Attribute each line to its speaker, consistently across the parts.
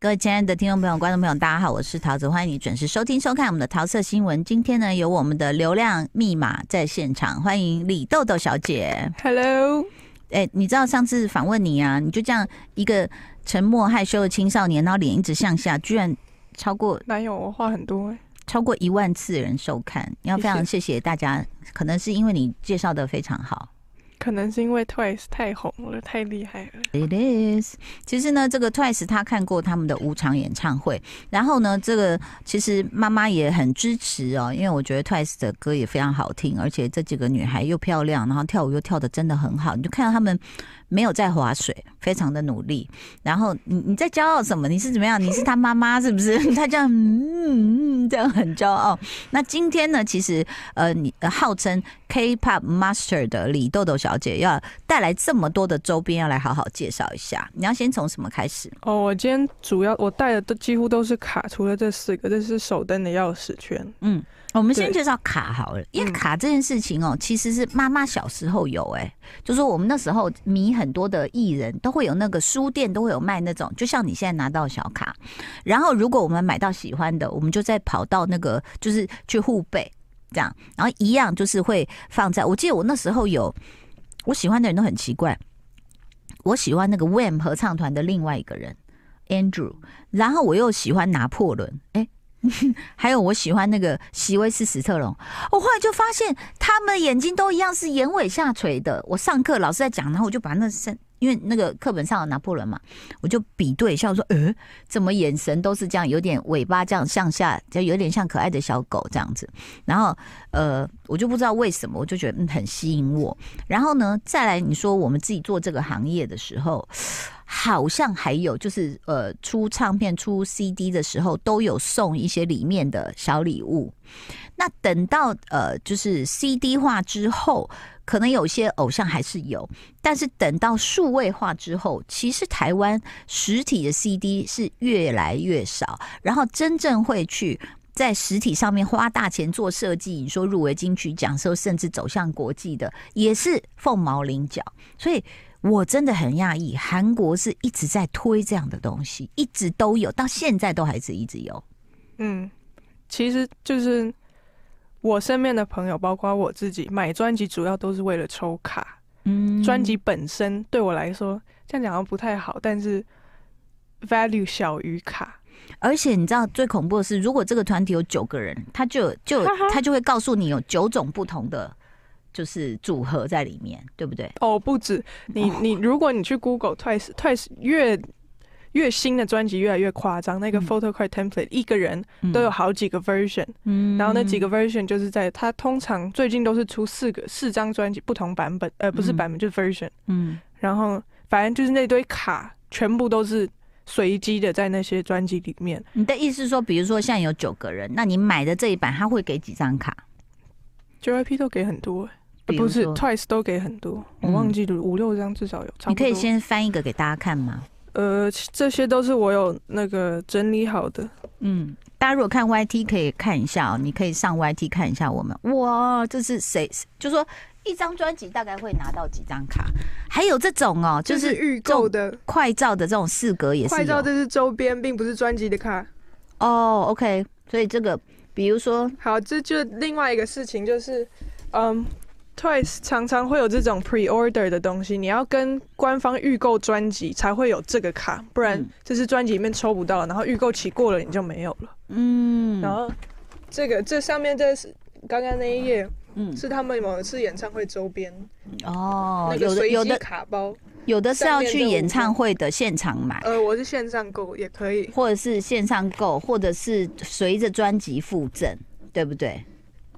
Speaker 1: 各位亲爱的听众朋友、观众朋友，大家好，我是桃子，欢迎你准时收听、收看我们的桃色新闻。今天呢，有我们的流量密码在现场，欢迎李豆豆小姐。
Speaker 2: Hello，
Speaker 1: 哎、你知道上次访问你啊，你就这样一个沉默害羞的青少年，然后脸一直向下，居然超过
Speaker 2: 哪有我话很多、欸？
Speaker 1: 超过一万次人收看，要非常谢谢大家。可能是因为你介绍的非常好。
Speaker 2: 可能是因为 Twice 太红了，太厉害了。
Speaker 1: It is。其实呢，这个 Twice 他看过他们的五场演唱会，然后呢，这个其实妈妈也很支持哦，因为我觉得 Twice 的歌也非常好听，而且这几个女孩又漂亮，然后跳舞又跳的真的很好，你就看到她们没有在划水，非常的努力。然后你你在骄傲什么？你是怎么样？你是她妈妈是不是？ 她这样嗯嗯这样很骄傲。那今天呢，其实呃，你呃号称 K-pop Master 的李豆豆小姐要带来这么多的周边，要来好好介绍一下。你要先从什么开始？
Speaker 2: 哦、我今天主要我带的都几乎都是卡，除了这四个，这是手灯的钥匙圈。
Speaker 1: 嗯，我们先
Speaker 2: 对
Speaker 1: 介绍卡好了，因为卡这件事情哦，其实是妈妈小时候有哎、就说我们那时候迷很多的艺人，都会有那个书店都会有卖那种，就像你现在拿到小卡，然后如果我们买到喜欢的，我们就再跑到那个就是去互背这样，然后一样就是会放在我记得我那时候有我喜欢的人都很奇怪，我喜欢那个 Wham 合唱团的另外一个人 Andrew，然后我又喜欢拿破仑，哎、还有我喜欢那个席威斯·史特龙，我后来就发现他们眼睛都一样是眼尾下垂的。我上课老师在讲，然后我就把那身，因为那个课本上有拿破仑嘛，我就比对一下，我说，呃，怎么眼神都是这样，有点尾巴这样向下，就有点像可爱的小狗这样子。然后，呃，我就不知道为什么，我就觉得、嗯、很吸引我。然后呢，再来你说我们自己做这个行业的时候，好像还有就是呃，出唱片、出 CD 的时候都有送一些里面的小礼物。那等到呃，就是 CD 化之后，可能有些偶像还是有，但是等到数位化之后，其实台湾实体的 CD 是越来越少，然后真正会去。在实体上面花大钱做设计，你说入围金曲奖时候，甚至走向国际的，也是凤毛麟角。所以我真的很讶异，韩国是一直在推这样的东西，一直都有，到现在都还是一直有。
Speaker 2: 嗯，其实就是我身边的朋友，包括我自己，买专辑主要都是为了抽卡。
Speaker 1: 嗯
Speaker 2: 专辑本身对我来说，这样讲好像不太好，但是 value 小于卡。
Speaker 1: 而且你知道最恐怖的是，如果这个团体有九个人，他就就他就会告诉你有九种不同的就是组合在里面，对不对？
Speaker 2: 哦，不止你
Speaker 1: 哦
Speaker 2: 你，如果你去 Google Twice Twice 越越新的专辑越来越夸张，那个
Speaker 1: 嗯
Speaker 2: photo card template 一个人都有好几个 version，、
Speaker 1: 嗯，
Speaker 2: 哦然后那几个 version 就是在它通常最近都是出四个四张专辑不同版本，呃，不是
Speaker 1: 嗯
Speaker 2: 版本、就是 version，
Speaker 1: 嗯
Speaker 2: 然后反正就是那堆卡全部都是随机的在那些专辑里面，
Speaker 1: 你的意思是说，比如说现在有九个人，那你买的这一版他会给几张卡？
Speaker 2: JYP 都给很多、呃
Speaker 1: 比如
Speaker 2: 不是
Speaker 1: 说
Speaker 2: Twice 都给很多，我
Speaker 1: 嗯
Speaker 2: 忘记了五六张至少有，差
Speaker 1: 你
Speaker 2: 不
Speaker 1: 可以
Speaker 2: 多
Speaker 1: 先翻一个给大家看吗？
Speaker 2: 呃，这些都是我有那个整理好的。
Speaker 1: 嗯，大家如果看 YT 可以看一下哦，你可以上 YT 看一下我们。哇，这是谁？就说一张专辑大概会拿到几张卡？还有这种哦，就
Speaker 2: 这
Speaker 1: 是
Speaker 2: 预
Speaker 1: 购
Speaker 2: 的
Speaker 1: 快照的这种四格也是有。
Speaker 2: 是周边，并不是专辑的卡。
Speaker 1: 哦，OK，所以这个，比如说，
Speaker 2: 好，这就另外一个事情就是，嗯，Twice 常常会有这种 pre-order 的东西，你要跟官方预购专辑才会有这个卡，不然
Speaker 1: 嗯
Speaker 2: 这是专辑里面抽不到，然后预购期过了你就没有了。
Speaker 1: 嗯
Speaker 2: 然后这个这上面这是刚刚那一页
Speaker 1: 嗯，
Speaker 2: 是他们某一次演唱会周边、
Speaker 1: 哦，
Speaker 2: 那个
Speaker 1: 有的
Speaker 2: 随
Speaker 1: 有
Speaker 2: 机
Speaker 1: 的
Speaker 2: 卡包，
Speaker 1: 有的是要
Speaker 2: 上
Speaker 1: 去
Speaker 2: 面的
Speaker 1: 演
Speaker 2: 五
Speaker 1: 唱
Speaker 2: 个
Speaker 1: 会的现场买，
Speaker 2: 呃，我是线上购也可以，
Speaker 1: 或者是线上购，或者是随着专辑附赠，对不对？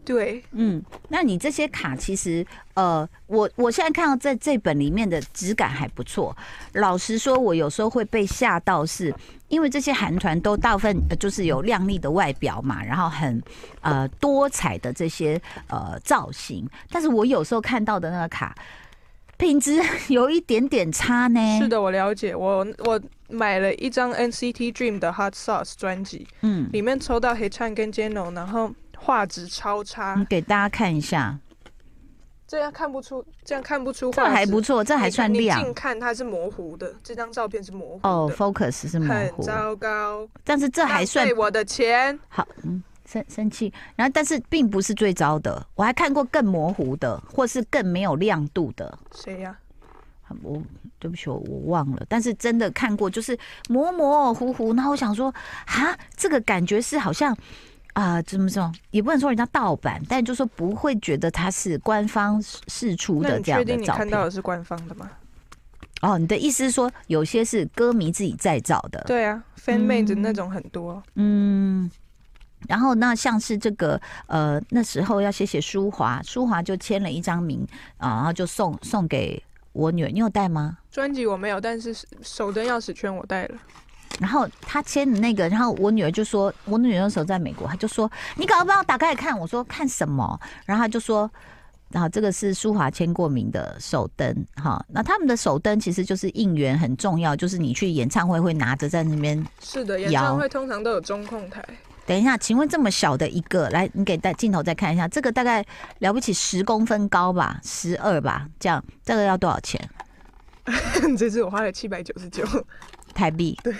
Speaker 2: 对，
Speaker 1: 嗯，那你这些卡其实，呃，我我现在看到在这本里面的质感还不错。老实说，我有时候会被吓到是，因为这些韩团都大部分呃就是有靓丽的外表嘛，然后很呃多彩的这些呃造型，但是我有时候看到的那个卡品质 有一点点差呢。
Speaker 2: 是，的，我了解。我我买了一张 NCT Dream 的 Hot Sauce 专辑，
Speaker 1: 嗯，
Speaker 2: 里面抽到
Speaker 1: 嗯
Speaker 2: Hechan 跟 Jeno，然后画质超差。
Speaker 1: 你给大家看一下，
Speaker 2: 这样看不出，这样看不出
Speaker 1: 这
Speaker 2: 画质。
Speaker 1: 还不错，这还
Speaker 2: 你
Speaker 1: 算亮
Speaker 2: 你近看它是模糊的，这张照片是模糊的，
Speaker 1: 哦。Focus 是模
Speaker 2: 很
Speaker 1: 糊，
Speaker 2: 糟糕，
Speaker 1: 但是这还算
Speaker 2: 浪费我的钱。
Speaker 1: 好，嗯，生生气，然后但是并不是最糟的，我还看过更模糊的，或是更没有亮度的。
Speaker 2: 谁呀、
Speaker 1: 我对不起，我我忘了，但是真的看过，就是模模糊糊。然后我想说，哈，这个感觉是好像啊、怎么说，也不能说人家盗版，但就说不会觉得它是官方释出
Speaker 2: 那
Speaker 1: 的
Speaker 2: 你
Speaker 1: 这
Speaker 2: 确
Speaker 1: 样的
Speaker 2: 定你
Speaker 1: 照
Speaker 2: 看到
Speaker 1: 片。
Speaker 2: 的是官方的吗？
Speaker 1: 哦，你的意思是说，有些是歌迷自己再造的，
Speaker 2: 对啊，fan made 的那种很多。
Speaker 1: 嗯，然后那像是这个呃，那时候要谢谢舒华，舒华就签了一张名啊，然后就送送给我女儿，你有带吗？
Speaker 2: 专辑我没有，但是手灯钥匙圈我带了。
Speaker 1: 然后他签的那个，然后我女儿就说，我女儿那时候在美国，她就说你赶快帮我打开来看，我说看什么？然后她就说。然后这个是舒华签过名的手灯，哈，那他们的手灯其实就是应援很重要，就是你去演唱会会拿着在那边。
Speaker 2: 是的，演
Speaker 1: 摇
Speaker 2: 唱会通常都有中控台，
Speaker 1: 等一下，请问这么小的一个，来，你给带镜头再看一下，这个大概了不起十公分高吧，十二吧，这样，这个要多少钱？
Speaker 2: 这次我花了七百九十九。
Speaker 1: 台币？
Speaker 2: 对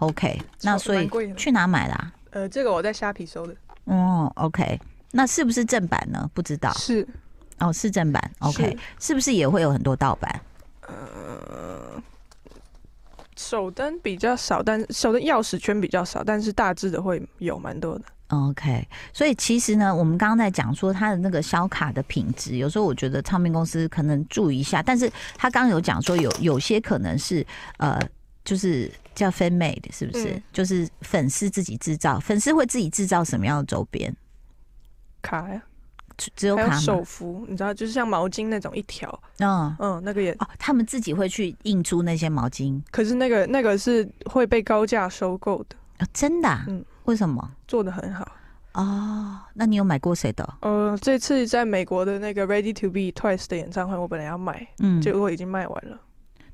Speaker 1: ，OK，那
Speaker 2: 超
Speaker 1: 所以
Speaker 2: 蛮贵的
Speaker 1: 去哪买啦、
Speaker 2: 呃，这个我在虾皮收的，
Speaker 1: 哦，OK，那是不是正版呢？不知道。
Speaker 2: 是
Speaker 1: 哦，是正版，OK，是不是也会有很多盗版？
Speaker 2: 呃手灯比较少，但手灯钥匙圈比较少，但是大致的会有蛮多的。
Speaker 1: OK，所以其实呢，我们刚刚在讲说它的那个小卡的品质，有时候我觉得唱片公司可能注意一下，但是他刚刚有讲说有有些可能是呃，就是叫 fan made 是不是？
Speaker 2: 嗯
Speaker 1: 就是粉丝自己制造，粉丝会自己制造什么样的周边？
Speaker 2: 卡呀，
Speaker 1: 只只有
Speaker 2: 还有
Speaker 1: 卡吗
Speaker 2: 手？幅，你知道，就是像毛巾那种一条，
Speaker 1: 嗯。
Speaker 2: 嗯，那个也，
Speaker 1: 哦，他们自己会去印出那些毛巾，
Speaker 2: 可是那个那个是会被高价收购的，
Speaker 1: 哦、真的、啊？
Speaker 2: 嗯
Speaker 1: 为什么？
Speaker 2: 做的很好。
Speaker 1: 哦，那你有买过谁的？
Speaker 2: 呃，这次在美国的那个 Ready to Be Twice 的演唱会，我本来要买，
Speaker 1: 嗯，
Speaker 2: 结果已经卖完了。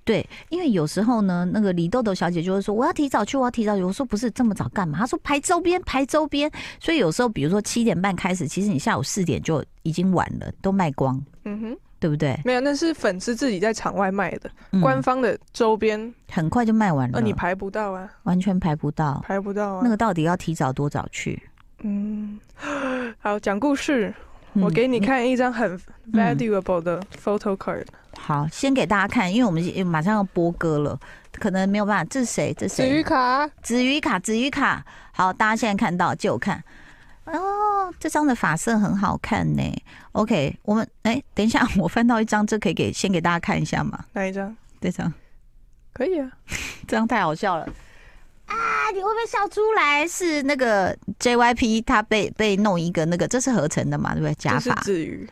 Speaker 1: 对，因为有时候呢，那个李豆豆小姐就会说我要提早去，我要提早去。我说不是这么早干嘛？她说排周边，排周边。所以有时候比如说七点半开始，其实你下午四点就已经晚了，都卖光，
Speaker 2: 嗯哼，
Speaker 1: 对不对？
Speaker 2: 没有，那是粉丝自己在场外卖的，
Speaker 1: 嗯
Speaker 2: 官方的周边，
Speaker 1: 很快就卖完了，
Speaker 2: 呃，你排不到啊，
Speaker 1: 完全排不到。
Speaker 2: 排不到啊。
Speaker 1: 那个到底要提早多早去？
Speaker 2: 嗯， 好，讲故事，
Speaker 1: 嗯
Speaker 2: 我给你。看一张很
Speaker 1: 嗯
Speaker 2: valuable 的 photo card，、
Speaker 1: 好，先给大家看，因为我们马上要播歌了，可能没有办法。这是谁？这是谁？
Speaker 2: 卡，
Speaker 1: 子瑜卡，子瑜卡，好，大家现在看到借我看。哦，这张的发色很好看呢。OK，我们哎、等一下， 我翻到一张，这可以给先给大家看一下嘛？
Speaker 2: 哪一张？
Speaker 1: 这张，
Speaker 2: 可以啊，
Speaker 1: 这张太好笑了啊！你会不会笑出来？是那个 JYP 他被被弄一个那个，这是合成的嘛？对不对？假
Speaker 2: 这是
Speaker 1: 发。
Speaker 2: 子瑜，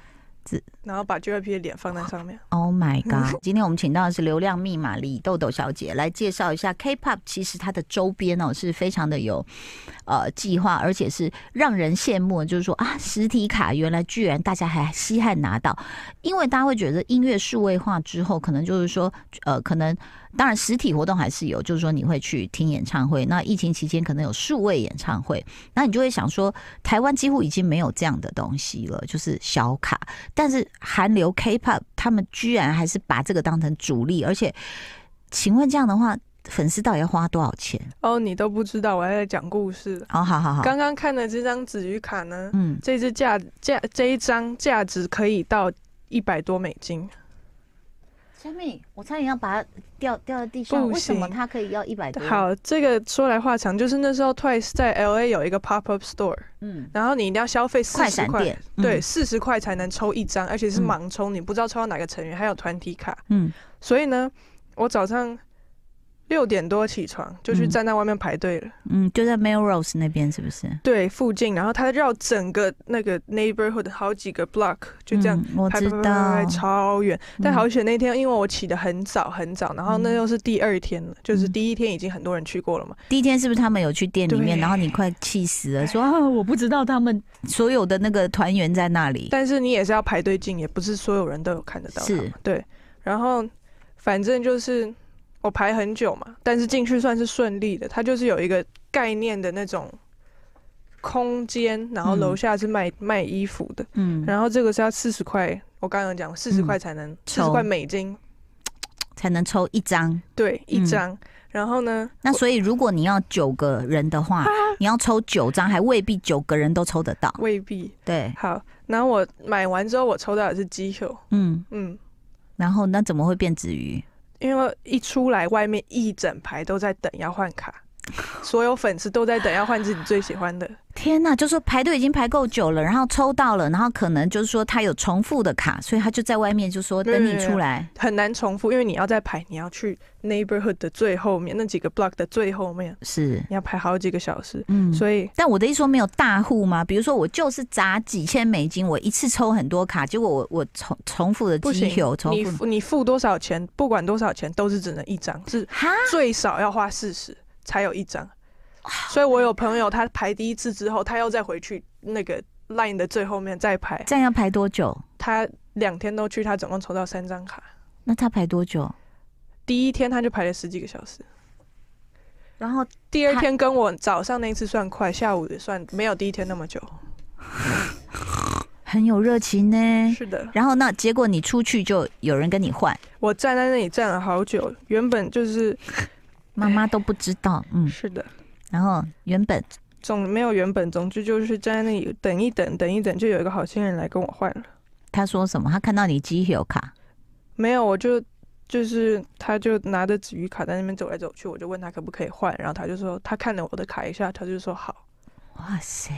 Speaker 1: 子，
Speaker 2: 然后把 JYP 的脸放在上面。
Speaker 1: Oh my god！今天我们请到的是流量密码李豆豆小姐来介绍一下 K-pop，其实它的周边哦是非常的有呃计划，而且是让人羡慕，就是说啊，实体卡原来居然大家还稀罕拿到，因为大家会觉得音乐数位化之后，可能就是说呃，可能当然实体活动还是有，就是说你会去听演唱会，那疫情期间可能有数位演唱会，那你就会想说，台湾几乎已经没有这样的东西了，就是小卡。但是韩流 K-pop 他们居然还是把这个当成主力，而且，请问这样的话，粉丝到底要花多少钱？
Speaker 2: 哦，你都不知道，我还在讲故事。
Speaker 1: 哦，好好好，
Speaker 2: 刚刚看的这张子瑜卡呢，
Speaker 1: 嗯，
Speaker 2: 这支价价这一张价值可以到一百多美金，
Speaker 1: 小米，我差点要把它掉掉在地上，
Speaker 2: 不
Speaker 1: 为什么
Speaker 2: 行
Speaker 1: 它可以要一百多？，
Speaker 2: 好，这个说来话长，就是那时候 Twice 在 L A 有一个 pop up store，
Speaker 1: 嗯，
Speaker 2: 然后你一定要消费四
Speaker 1: 快
Speaker 2: 十
Speaker 1: 闪
Speaker 2: 块，
Speaker 1: 店，嗯
Speaker 2: 对，，四十块才能抽一张，而且是
Speaker 1: 嗯
Speaker 2: 盲抽，你不知道抽到哪个成员，还有团体卡。
Speaker 1: 嗯
Speaker 2: 所以呢，我早上六点多起床就去
Speaker 1: 嗯
Speaker 2: 站在外面排队了，
Speaker 1: 嗯，就在 Melrose 那边是不是？
Speaker 2: 对，附近，然后他绕整个那个 neighborhood 好几个 block，就这样。
Speaker 1: 嗯，我
Speaker 2: 排
Speaker 1: 知
Speaker 2: 排排排
Speaker 1: 道
Speaker 2: 排，超远，但
Speaker 1: 嗯
Speaker 2: 好险那天，因为我起得很早很早，然后那
Speaker 1: 嗯
Speaker 2: 又是第二天了，就是
Speaker 1: 嗯
Speaker 2: 第一天已经很多人去过了嘛，
Speaker 1: 第一天是不是他们有去店里面，
Speaker 2: 对
Speaker 1: 然后你快气死了，说啊，我不知道他们所有的那个团员在那里，
Speaker 2: 但是你也是要排队进，也不是所有人都有看得到他们
Speaker 1: 是
Speaker 2: 对，然后反正就是我排很久嘛，但是进去算是顺利的。它就是有一个概念的那种空间，然后
Speaker 1: 嗯
Speaker 2: 楼下是卖、卖衣服的，
Speaker 1: 嗯
Speaker 2: 然后这个是要四十块我刚刚有讲四十块才能四十
Speaker 1: 抽
Speaker 2: 块美金，
Speaker 1: 才能抽一张。
Speaker 2: 对，一
Speaker 1: 嗯
Speaker 2: 张。然后呢，
Speaker 1: 那所以如果你要九个人的话，
Speaker 2: 啊
Speaker 1: 你要抽九张，还未必九个人都抽得到。
Speaker 2: 未必
Speaker 1: 对，
Speaker 2: 好。然后我买完之后，我抽到的是鸡球，
Speaker 1: 嗯，
Speaker 2: 嗯，
Speaker 1: 然后那怎么会变子鱼？
Speaker 2: 因为一出来外面一整排都在等要换 卡，所有粉丝都在等要换自己最喜欢的，
Speaker 1: 天呐，就说排队已经排够久了，然后抽到了，然后可能就是说他有重复的卡，所以他就在外面就说
Speaker 2: 没有
Speaker 1: 等你
Speaker 2: 没有
Speaker 1: 出来。
Speaker 2: 很难重复，因为你要在排，你要去 neighborhood 的最后面那几个 block 的最后面，
Speaker 1: 是，
Speaker 2: 你要排好几个小时，
Speaker 1: 嗯，
Speaker 2: 所以
Speaker 1: 但我的意思说没有大户吗？比如说我就是砸几千美金，我一次抽很多卡，结果我我重重复的
Speaker 2: 不
Speaker 1: 机
Speaker 2: 行
Speaker 1: 油，重
Speaker 2: 你
Speaker 1: 复的
Speaker 2: 付你付多少钱，不管多少钱，都是只能一张，是
Speaker 1: 哈，
Speaker 2: 最少要花四十才有一张。所以我有朋友，他排第一次之后，他又再回去那个 line 的最后面再排，
Speaker 1: 这样要排多久？
Speaker 2: 他两天都去，他总共抽到三张卡。
Speaker 1: 那他排多久？
Speaker 2: 第一天他就排了十几个小时，
Speaker 1: 然后
Speaker 2: 第二
Speaker 1: 他
Speaker 2: 天跟我早上那一次算快，下午也算没有第一天那么久。
Speaker 1: 很有热情呢。
Speaker 2: 是的，
Speaker 1: 然后那结果你出去就有人跟你换，
Speaker 2: 我站在那里站了好久，原本就是
Speaker 1: 妈妈都不知道，嗯。
Speaker 2: 是的，
Speaker 1: 然后原本
Speaker 2: 总没有原本，总之就是站在那里等一等，等一等，就有一个好心人来跟我换了。
Speaker 1: 他说什么？他看到你机油卡，
Speaker 2: 没有，我就就是他就拿着纸鱼卡在那边走来走去，我就问他可不可以换，然后他就说他看了我的卡一下，他就说好。
Speaker 1: 哇塞，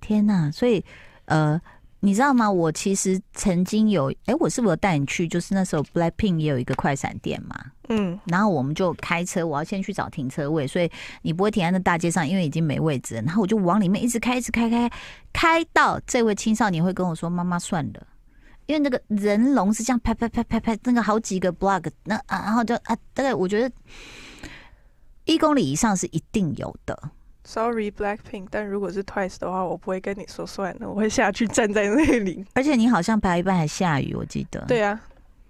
Speaker 1: 天呐！所以呃，你知道吗？我其实曾经有，哎、我是不是有带你去？就是那时候 Blackpink 也有一个快闪店嘛，
Speaker 2: 嗯，
Speaker 1: 然后我们就开车，我要先去找停车位，所以你不会停在那大街上，因为已经没位置了。然后我就往里面一直开，一直开，开开到这位青少年会跟我说：“妈妈，算了。”因为那个人龙是这样拍拍拍拍拍，那个好几个 block，那啊，然后就啊，大概我觉得一公里以上是一定有的。
Speaker 2: Sorry Blackpink，但如果是 Twice 的话，我不会跟你说算了，我会下去站在那里。
Speaker 1: 而且你好像排一半还下雨，我记得。，
Speaker 2: 对啊，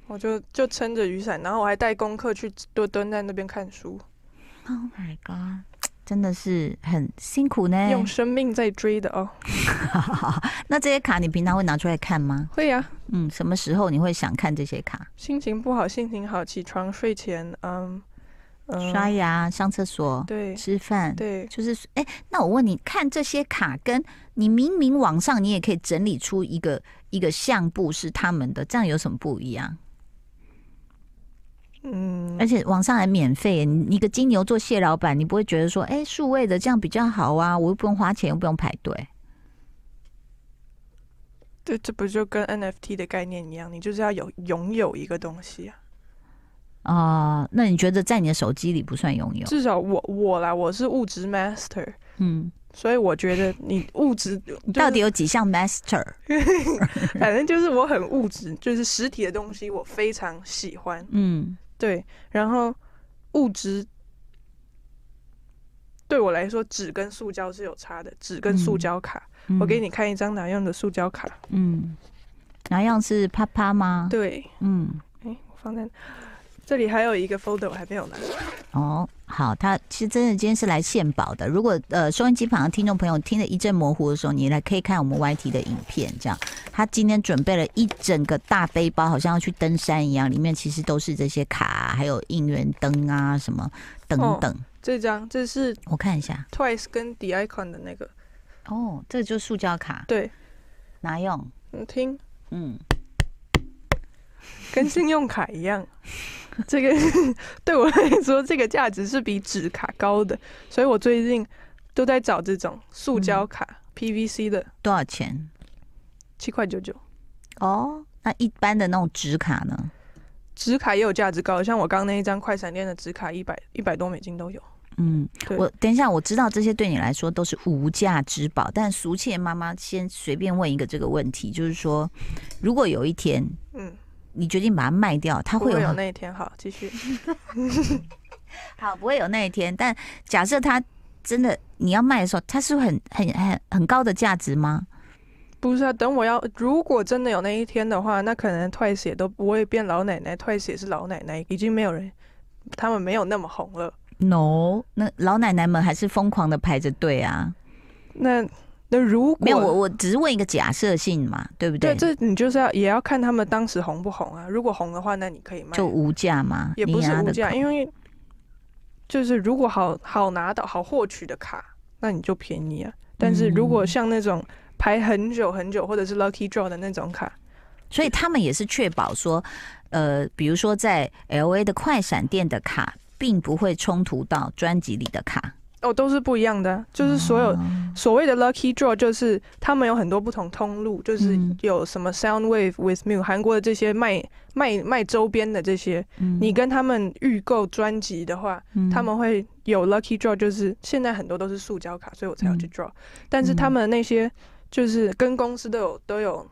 Speaker 2: 我就就撑着雨伞，然后我还带功课去蹲蹲在那边看书，
Speaker 1: Oh my god，真的是很辛苦呢。
Speaker 2: 用生命在追的哦。
Speaker 1: 那这些卡你平常会拿出来看吗？
Speaker 2: 会啊，
Speaker 1: 嗯，什么时候你会想看这些卡？
Speaker 2: 心情不好，心情好，起床睡前，嗯嗯，
Speaker 1: 刷牙、上厕所、
Speaker 2: 对
Speaker 1: 吃饭，
Speaker 2: 对，
Speaker 1: 就是哎、那我问你，看这些卡跟你明明网上你也可以整理出一个一个相簿是他们的，这样有什么不一样？
Speaker 2: 嗯
Speaker 1: 而，且网上还免费，你你一个金牛座蟹老板，你不会觉得说，哎、数位的这样比较好啊，我又不用花钱，又不用排队。
Speaker 2: 对，这不就跟 NFT 的概念一样，你就是要有拥有一个东西啊。
Speaker 1: 啊、那你觉得在你的手机里不算拥有？
Speaker 2: 至少我我啦，我是物质 master，
Speaker 1: 嗯，
Speaker 2: 所以我觉得你物质、 就是
Speaker 1: 到底有几项 master？
Speaker 2: 反正就是我很物质，就是实体的东西我非常喜欢。
Speaker 1: 嗯，
Speaker 2: 对，然后物质对我来说，纸跟塑胶是有差的，纸跟
Speaker 1: 嗯
Speaker 2: 塑胶卡。
Speaker 1: 嗯
Speaker 2: 我给，你看一张哪用的塑胶卡？
Speaker 1: 嗯，哪样是啪啪吗？，
Speaker 2: 对，
Speaker 1: 嗯。
Speaker 2: 哎，我放在这里还有一个 folder 我还没有拿。
Speaker 1: 哦，好，他其实真的今天是来献宝的。如果呃收音机旁的听众朋友听得一阵模糊的时候，你来可以看我们 YT 的影片，这样。他今天准备了一整个大背包，好像要去登山一样，里面其实都是这些卡啊，还有应援灯啊什么等等。
Speaker 2: 这张这是
Speaker 1: 我看一下，
Speaker 2: Twice 跟 The Icon 的那个，
Speaker 1: 哦，这就是塑胶卡，
Speaker 2: 对，
Speaker 1: 拿用？
Speaker 2: 你听，
Speaker 1: 嗯，
Speaker 2: 跟信用卡一样。 这个对我来说，这个价值是比纸卡高的，所以我最近都在找这种塑胶
Speaker 1: 嗯
Speaker 2: 卡、PVC 的，
Speaker 1: 多少钱？
Speaker 2: 七块九九。
Speaker 1: 哦，那一般的那种纸卡呢？
Speaker 2: 纸卡也有价值高，像我刚刚那一张快闪店的纸卡，一百一百多美金都有。
Speaker 1: 嗯，
Speaker 2: 对
Speaker 1: 我等一下，我知道这些对你来说都是无价之宝，但俗气的妈妈先随便问一个这个问题，就是说，如果有一天
Speaker 2: 嗯，
Speaker 1: 你决定把它卖掉，它
Speaker 2: 不
Speaker 1: 会
Speaker 2: 会
Speaker 1: 有
Speaker 2: 有那一天。好，继续。
Speaker 1: 好不会有那一天？但假设它真的你要卖的时候，它是会很很很很高的价值吗？
Speaker 2: 不是啊，等我要，如果真的有那一天的话，那可能 Twice 也都不会变老奶奶，Twice 也是老奶奶，已经没有人，他们没有那么红了。
Speaker 1: No，那老奶奶们还是疯狂的排着队啊。
Speaker 2: 那那如果
Speaker 1: 没有，我我只是问一个假设性嘛，对不
Speaker 2: 对，这你就是要也要看他们当时红不红啊。如果红的话，那你可以卖，
Speaker 1: 就无价嘛，
Speaker 2: 也不
Speaker 1: 你
Speaker 2: 是
Speaker 1: 拿
Speaker 2: 无
Speaker 1: 的
Speaker 2: 价，
Speaker 1: 口
Speaker 2: 因为就是如果好好拿到、好获取的卡，那你就便宜啊。但是如果
Speaker 1: 嗯
Speaker 2: 像那种排很久很久，或者是 Lucky Draw 的那种卡，
Speaker 1: 所以他们也是确保说，呃，比如说在 L A 的快闪店的卡，并不会冲突到专辑里的卡，
Speaker 2: 哦，都是不一样的啊，就是所有
Speaker 1: 哦
Speaker 2: 所谓的 lucky draw 就是他们有很多不同通路，就是
Speaker 1: 嗯
Speaker 2: 有什么 Soundwave、With Me，韩国的这些卖卖卖周边的这些，
Speaker 1: 嗯
Speaker 2: 你跟他们预购专辑的话，他们会有 lucky draw，就是现在很多都是塑胶卡，所以我才要去
Speaker 1: 嗯
Speaker 2: draw，、但是他们那些就是跟公司都有都有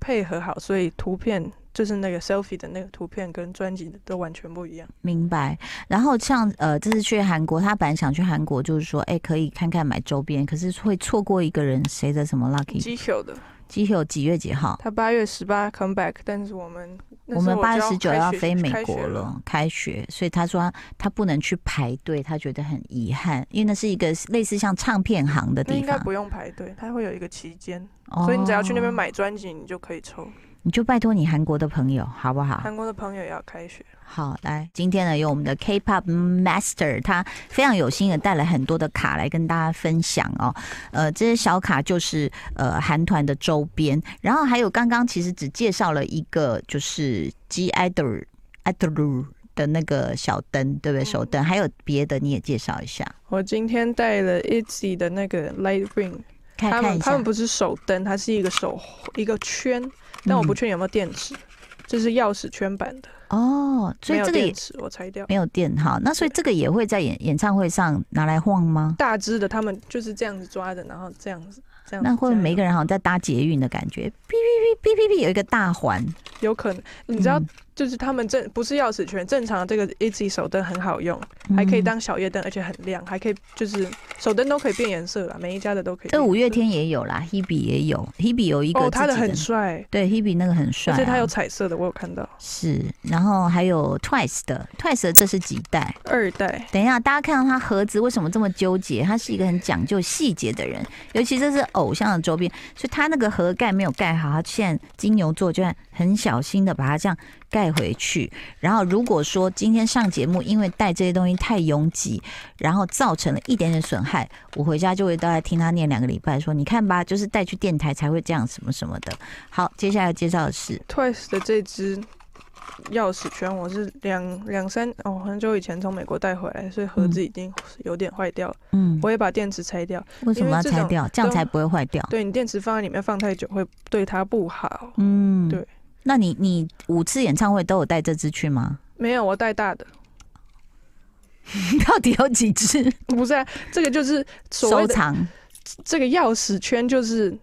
Speaker 2: 配合好，所以图片就是那个 selfie 的那个图片跟专辑的都完全不一样。
Speaker 1: 明白。然后像呃，这次去韩国，他本来想去韩国，就是说，哎、可以看看买周边，可是会错过一个人谁的什么 Lucky
Speaker 2: g q 的，
Speaker 1: 机有几月几号？
Speaker 2: 他八月十八 come back，但是我们那
Speaker 1: 我
Speaker 2: 是
Speaker 1: 们八月
Speaker 2: 就
Speaker 1: 十九
Speaker 2: 开
Speaker 1: 要
Speaker 2: 学
Speaker 1: 飞美
Speaker 2: 开学
Speaker 1: 国
Speaker 2: 了。
Speaker 1: 了，开学，所以他说他他不能去排队，他觉得很遗憾，因为那是一个类似像唱片行的
Speaker 2: 那
Speaker 1: 地
Speaker 2: 应该
Speaker 1: 方，
Speaker 2: 不用排队，它会有一个期间，所以你只要去那
Speaker 1: 哦
Speaker 2: 边买专辑，你就可以抽。
Speaker 1: 你就拜托你韩国的朋友好不好？
Speaker 2: 韩国的朋友也要开学，
Speaker 1: 好，来，今天呢有我们的 K-pop Master，他非常有心的带来很多的卡来跟大家分享哦。呃，这些小卡就是呃韩团的周边，然后还有刚刚其实只介绍了一个就是 G Idol Idol 的那个小灯，对不对？
Speaker 2: 嗯
Speaker 1: 手灯，还有别的你也介绍一下，
Speaker 2: 我今天带了 ITZY 的那个 Light Ring，
Speaker 1: 看
Speaker 2: 他
Speaker 1: 看
Speaker 2: 们
Speaker 1: 一
Speaker 2: 他
Speaker 1: 下
Speaker 2: 们。不是手灯，它是一个手一个圈，但我不确定有没有电池，这是钥匙圈版的，
Speaker 1: 嗯哦，所以
Speaker 2: 没有
Speaker 1: 这个也
Speaker 2: 电池，我拆掉。
Speaker 1: 没有电哈，那所以这个也会在演演唱会上拿来晃吗？
Speaker 2: 大只的他们就是这样子抓着，然后这样子这样子。
Speaker 1: 那会
Speaker 2: 这样
Speaker 1: 每个人好像在搭捷运的感觉，哔哔哔哔哔哔，有一个大环，
Speaker 2: 有可能，你知
Speaker 1: 嗯
Speaker 2: 道，就是他们正不是钥匙圈，正常这个 ITZY 手灯很好用，
Speaker 1: 嗯
Speaker 2: 还可以。当小夜灯，而且很亮，还可以就是手灯都可以变颜色啦，每一家的都可以变颜色。
Speaker 1: 这五月天也有啦，Hebe 也有，Hebe 有一个
Speaker 2: 嗯哦，他的
Speaker 1: 自己
Speaker 2: 很帅，
Speaker 1: 对 Hebe 那个很帅、
Speaker 2: 而
Speaker 1: 啊，
Speaker 2: 且他有彩色的，我有看到
Speaker 1: 是，然后还有 Twice 的，Twice 的这是几代？
Speaker 2: 二代。
Speaker 1: 等一下，大家看到他盒子为什么这么纠结？他是一个很讲究细节的人，尤其这是偶像的周边，所以他那个盒盖没有盖好，他现在金牛座就很小心的把它这样盖回去。然后如果说今天上节目，因为带这些东西太拥挤，然后造成了一点点损害，我回家就会大概听他念两个礼拜，说你看吧，就是带去电台才会这样什么什么的。好，接下来介绍的是
Speaker 2: Twice 的这只钥匙圈，我是两两三哦，很久以前从美国带回来，所以盒子已经有点坏掉了。
Speaker 1: 嗯，
Speaker 2: 我也把电池拆掉，
Speaker 1: 为什么要
Speaker 2: 因为这
Speaker 1: 拆
Speaker 2: 种
Speaker 1: 掉？这样
Speaker 2: 都
Speaker 1: 才不会坏掉。
Speaker 2: 对你电池放在里面放太久会对它不好。
Speaker 1: 嗯，
Speaker 2: 对。
Speaker 1: 那你你五次演唱会都有带这只去吗？
Speaker 2: 没有，我带大的，
Speaker 1: 到底有几只
Speaker 2: 不是、啊、这个就是所
Speaker 1: 收
Speaker 2: 谓的
Speaker 1: 藏？
Speaker 2: 这个钥匙圈，就是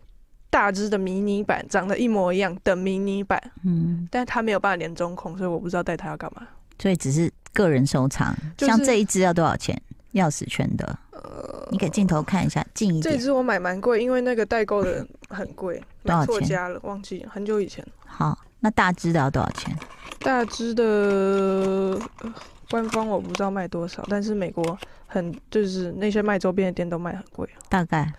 Speaker 2: 大只的迷你版，长得一模一样的迷你版，
Speaker 1: 嗯，
Speaker 2: 但它没有办法连中控，所以我不知道带它要干嘛。
Speaker 1: 所以只是个人收藏。
Speaker 2: 就是
Speaker 1: 像这一只要多少钱？钥匙圈的，你给镜头看一下，近一
Speaker 2: 呃这
Speaker 1: 点。
Speaker 2: 只我买蛮贵，因为那个代购的很贵，
Speaker 1: 多少
Speaker 2: 买错
Speaker 1: 钱
Speaker 2: 家了，忘记很久以前。
Speaker 1: 好，那大只的要多少钱？
Speaker 2: 大只的、呃官方我不知道卖多少，但是美国很就是那些卖周边的店都卖很贵，
Speaker 1: 大概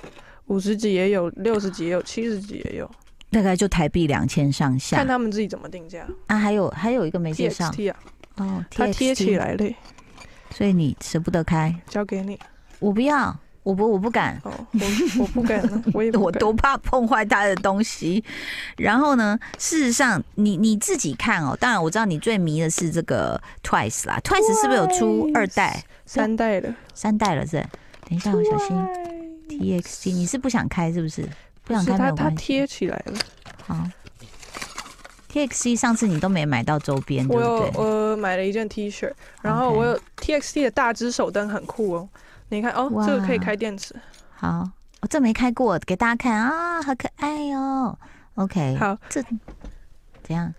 Speaker 2: 五十几也有，六十几也有，七十几也有，
Speaker 1: 大概就台币两千上下
Speaker 2: 看。他们自己怎么定价。
Speaker 1: 啊，还有还有一个没介绍
Speaker 2: TXT 啊，
Speaker 1: 哦，
Speaker 2: 它贴
Speaker 1: TXT
Speaker 2: 起，来嘞，
Speaker 1: 所以你舍不得开。
Speaker 2: 交给你
Speaker 1: 我不要，我不我不敢。
Speaker 2: 哦，我我 不敢了，我也不
Speaker 1: 我
Speaker 2: 敢
Speaker 1: 多怕碰坏他的东西。然后呢，事实上，你你自己看哦。当然，我知道你最迷的是这个 Twice 啦，Twice 是不是有出
Speaker 2: Twice
Speaker 1: 二代、
Speaker 2: 三代了，
Speaker 1: 三代了？是？等一下，我小心 TXT，你是不想开是不是？不想
Speaker 2: 是
Speaker 1: 开没
Speaker 2: 它
Speaker 1: 有
Speaker 2: 它
Speaker 1: 关系。
Speaker 2: 贴起来了。
Speaker 1: 好，TXT 上次你都没买到周边，对
Speaker 2: 我
Speaker 1: 不
Speaker 2: 有
Speaker 1: 嗯对？
Speaker 2: 我买了一件 T 恤，然后我有 TXT 的大只手灯很酷哦，你看哦
Speaker 1: 哇，
Speaker 2: 这个可以开电池。
Speaker 1: 好，我这没开过，给大家看啊，好可爱哦。OK，
Speaker 2: 好，
Speaker 1: 这怎样？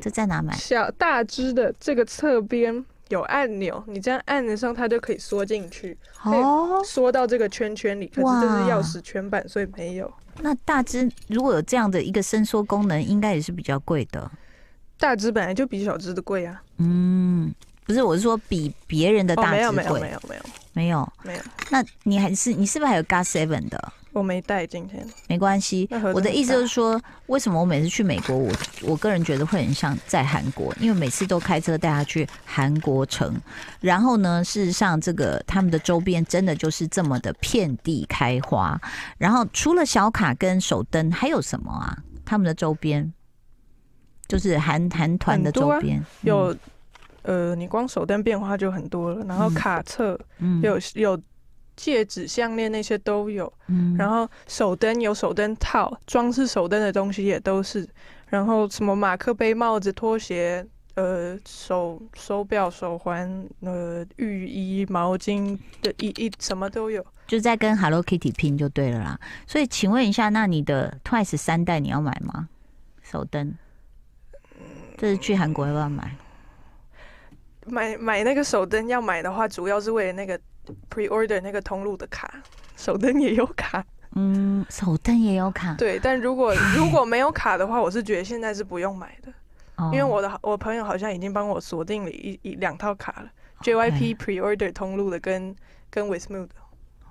Speaker 1: 这在哪买？
Speaker 2: 小大只的这个侧边有按钮，你这样按的上它就可以缩进去，以
Speaker 1: 哦，
Speaker 2: 缩到这个圈圈里。可
Speaker 1: 哇
Speaker 2: 是这是钥匙圈版，所以没有。
Speaker 1: 那大只如果有这样的一个伸缩功能，应该也是比较贵的。
Speaker 2: 大只本来就比小只的贵啊。
Speaker 1: 嗯，不是，我是说比别人的
Speaker 2: 哦，
Speaker 1: 大
Speaker 2: 没
Speaker 1: 只
Speaker 2: 有没有
Speaker 1: 贵、
Speaker 2: 没有没有
Speaker 1: 没有
Speaker 2: 没有，
Speaker 1: 那你还是你是不是还有 g a Seven 的？
Speaker 2: 我没带今天，
Speaker 1: 没关系
Speaker 2: 那盒。子
Speaker 1: 我的
Speaker 2: 很
Speaker 1: 意思就是
Speaker 2: 大
Speaker 1: 说，为什么我每次去美国，我我个人觉得会很像在韩国，因为每次都开车带他去韩国城。然后呢，事实上这个他们的周边真的就是这么的遍地开花。然后除了小卡跟手灯，还有什么啊？他们的周边就是韩韩团的
Speaker 2: 很多
Speaker 1: 周
Speaker 2: 啊
Speaker 1: 边、嗯
Speaker 2: 有、呃，你光手灯变化就很多了，然后
Speaker 1: 嗯
Speaker 2: 卡册
Speaker 1: 嗯
Speaker 2: 有有戒指、项链那些都有，
Speaker 1: 嗯
Speaker 2: 然后手灯有手灯套，装饰手灯的东西也都是，然后什么马克杯、帽子、拖鞋。呃，手手表、手环，呃，浴衣、毛巾的一一什么都有。
Speaker 1: 就在跟 Hello Kitty 拼就对了啦。所以请问一下，那你的 Twice 三代你要买吗？手灯，这是去韩国要不要买？
Speaker 2: 买买那个手灯要买的话，主要是为了那个 pre order 那个通路的卡，手灯也有卡。
Speaker 1: 嗯，手灯也有卡，
Speaker 2: 对，但如果如果没有卡的话，我是觉得现在是不用买的，
Speaker 1: 哦
Speaker 2: 因为我的好我朋友好像已经帮我锁定了一一两套卡了，JYP pre order 通路的跟跟 Westmood 的。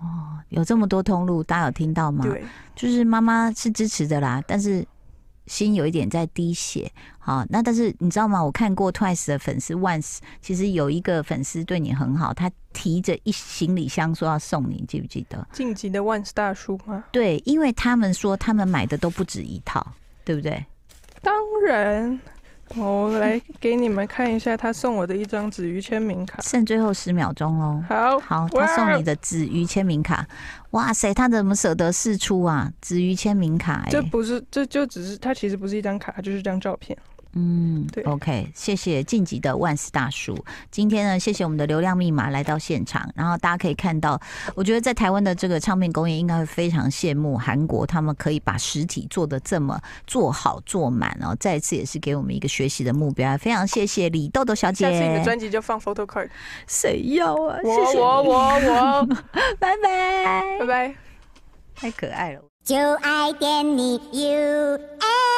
Speaker 1: 哦有这么多通路，大家有听到吗？
Speaker 2: 对，
Speaker 1: 就是妈妈是支持的啦，但是心有一点在滴血。好，那但是你知道吗？我看过 Twice 的粉丝 Once，其实有一个粉丝对你很好，他提着一行李箱说要送你，你记不记得？
Speaker 2: 晋级的 Once 大叔吗？
Speaker 1: 对，因为他们说他们买的都不止一套，对不对？
Speaker 2: 当然。 我来给你们看一下他送我的一张子瑜签 名卡。
Speaker 1: 剩最后十秒钟喽。
Speaker 2: 好，
Speaker 1: 好，
Speaker 2: 啊哇
Speaker 1: 他送你的子瑜签名卡，哇塞，他怎么舍得试出啊？子瑜签名卡、欸，
Speaker 2: 这不是，这就只是它其实不是一张卡，它就是一张照片。
Speaker 1: 嗯，
Speaker 2: 对
Speaker 1: o k 谢谢晋级的万斯大叔。今天呢，谢谢我们的流量密码来到现场，然后大家可以看到，我觉得在台湾的这个唱片工业应该会非常羡慕韩国，他们可以把实体做的这么做好做满哦。再一次也是给我们一个学习的目标，啊非常谢谢李豆豆小姐。
Speaker 2: 下次你的专辑就放 photo card。
Speaker 1: 谁要啊？
Speaker 2: 我
Speaker 1: 谢谢
Speaker 2: 我
Speaker 1: 你，
Speaker 2: 我我，
Speaker 1: 拜拜
Speaker 2: 拜。拜。
Speaker 1: 太可爱了。
Speaker 3: 就爱点你 UFO。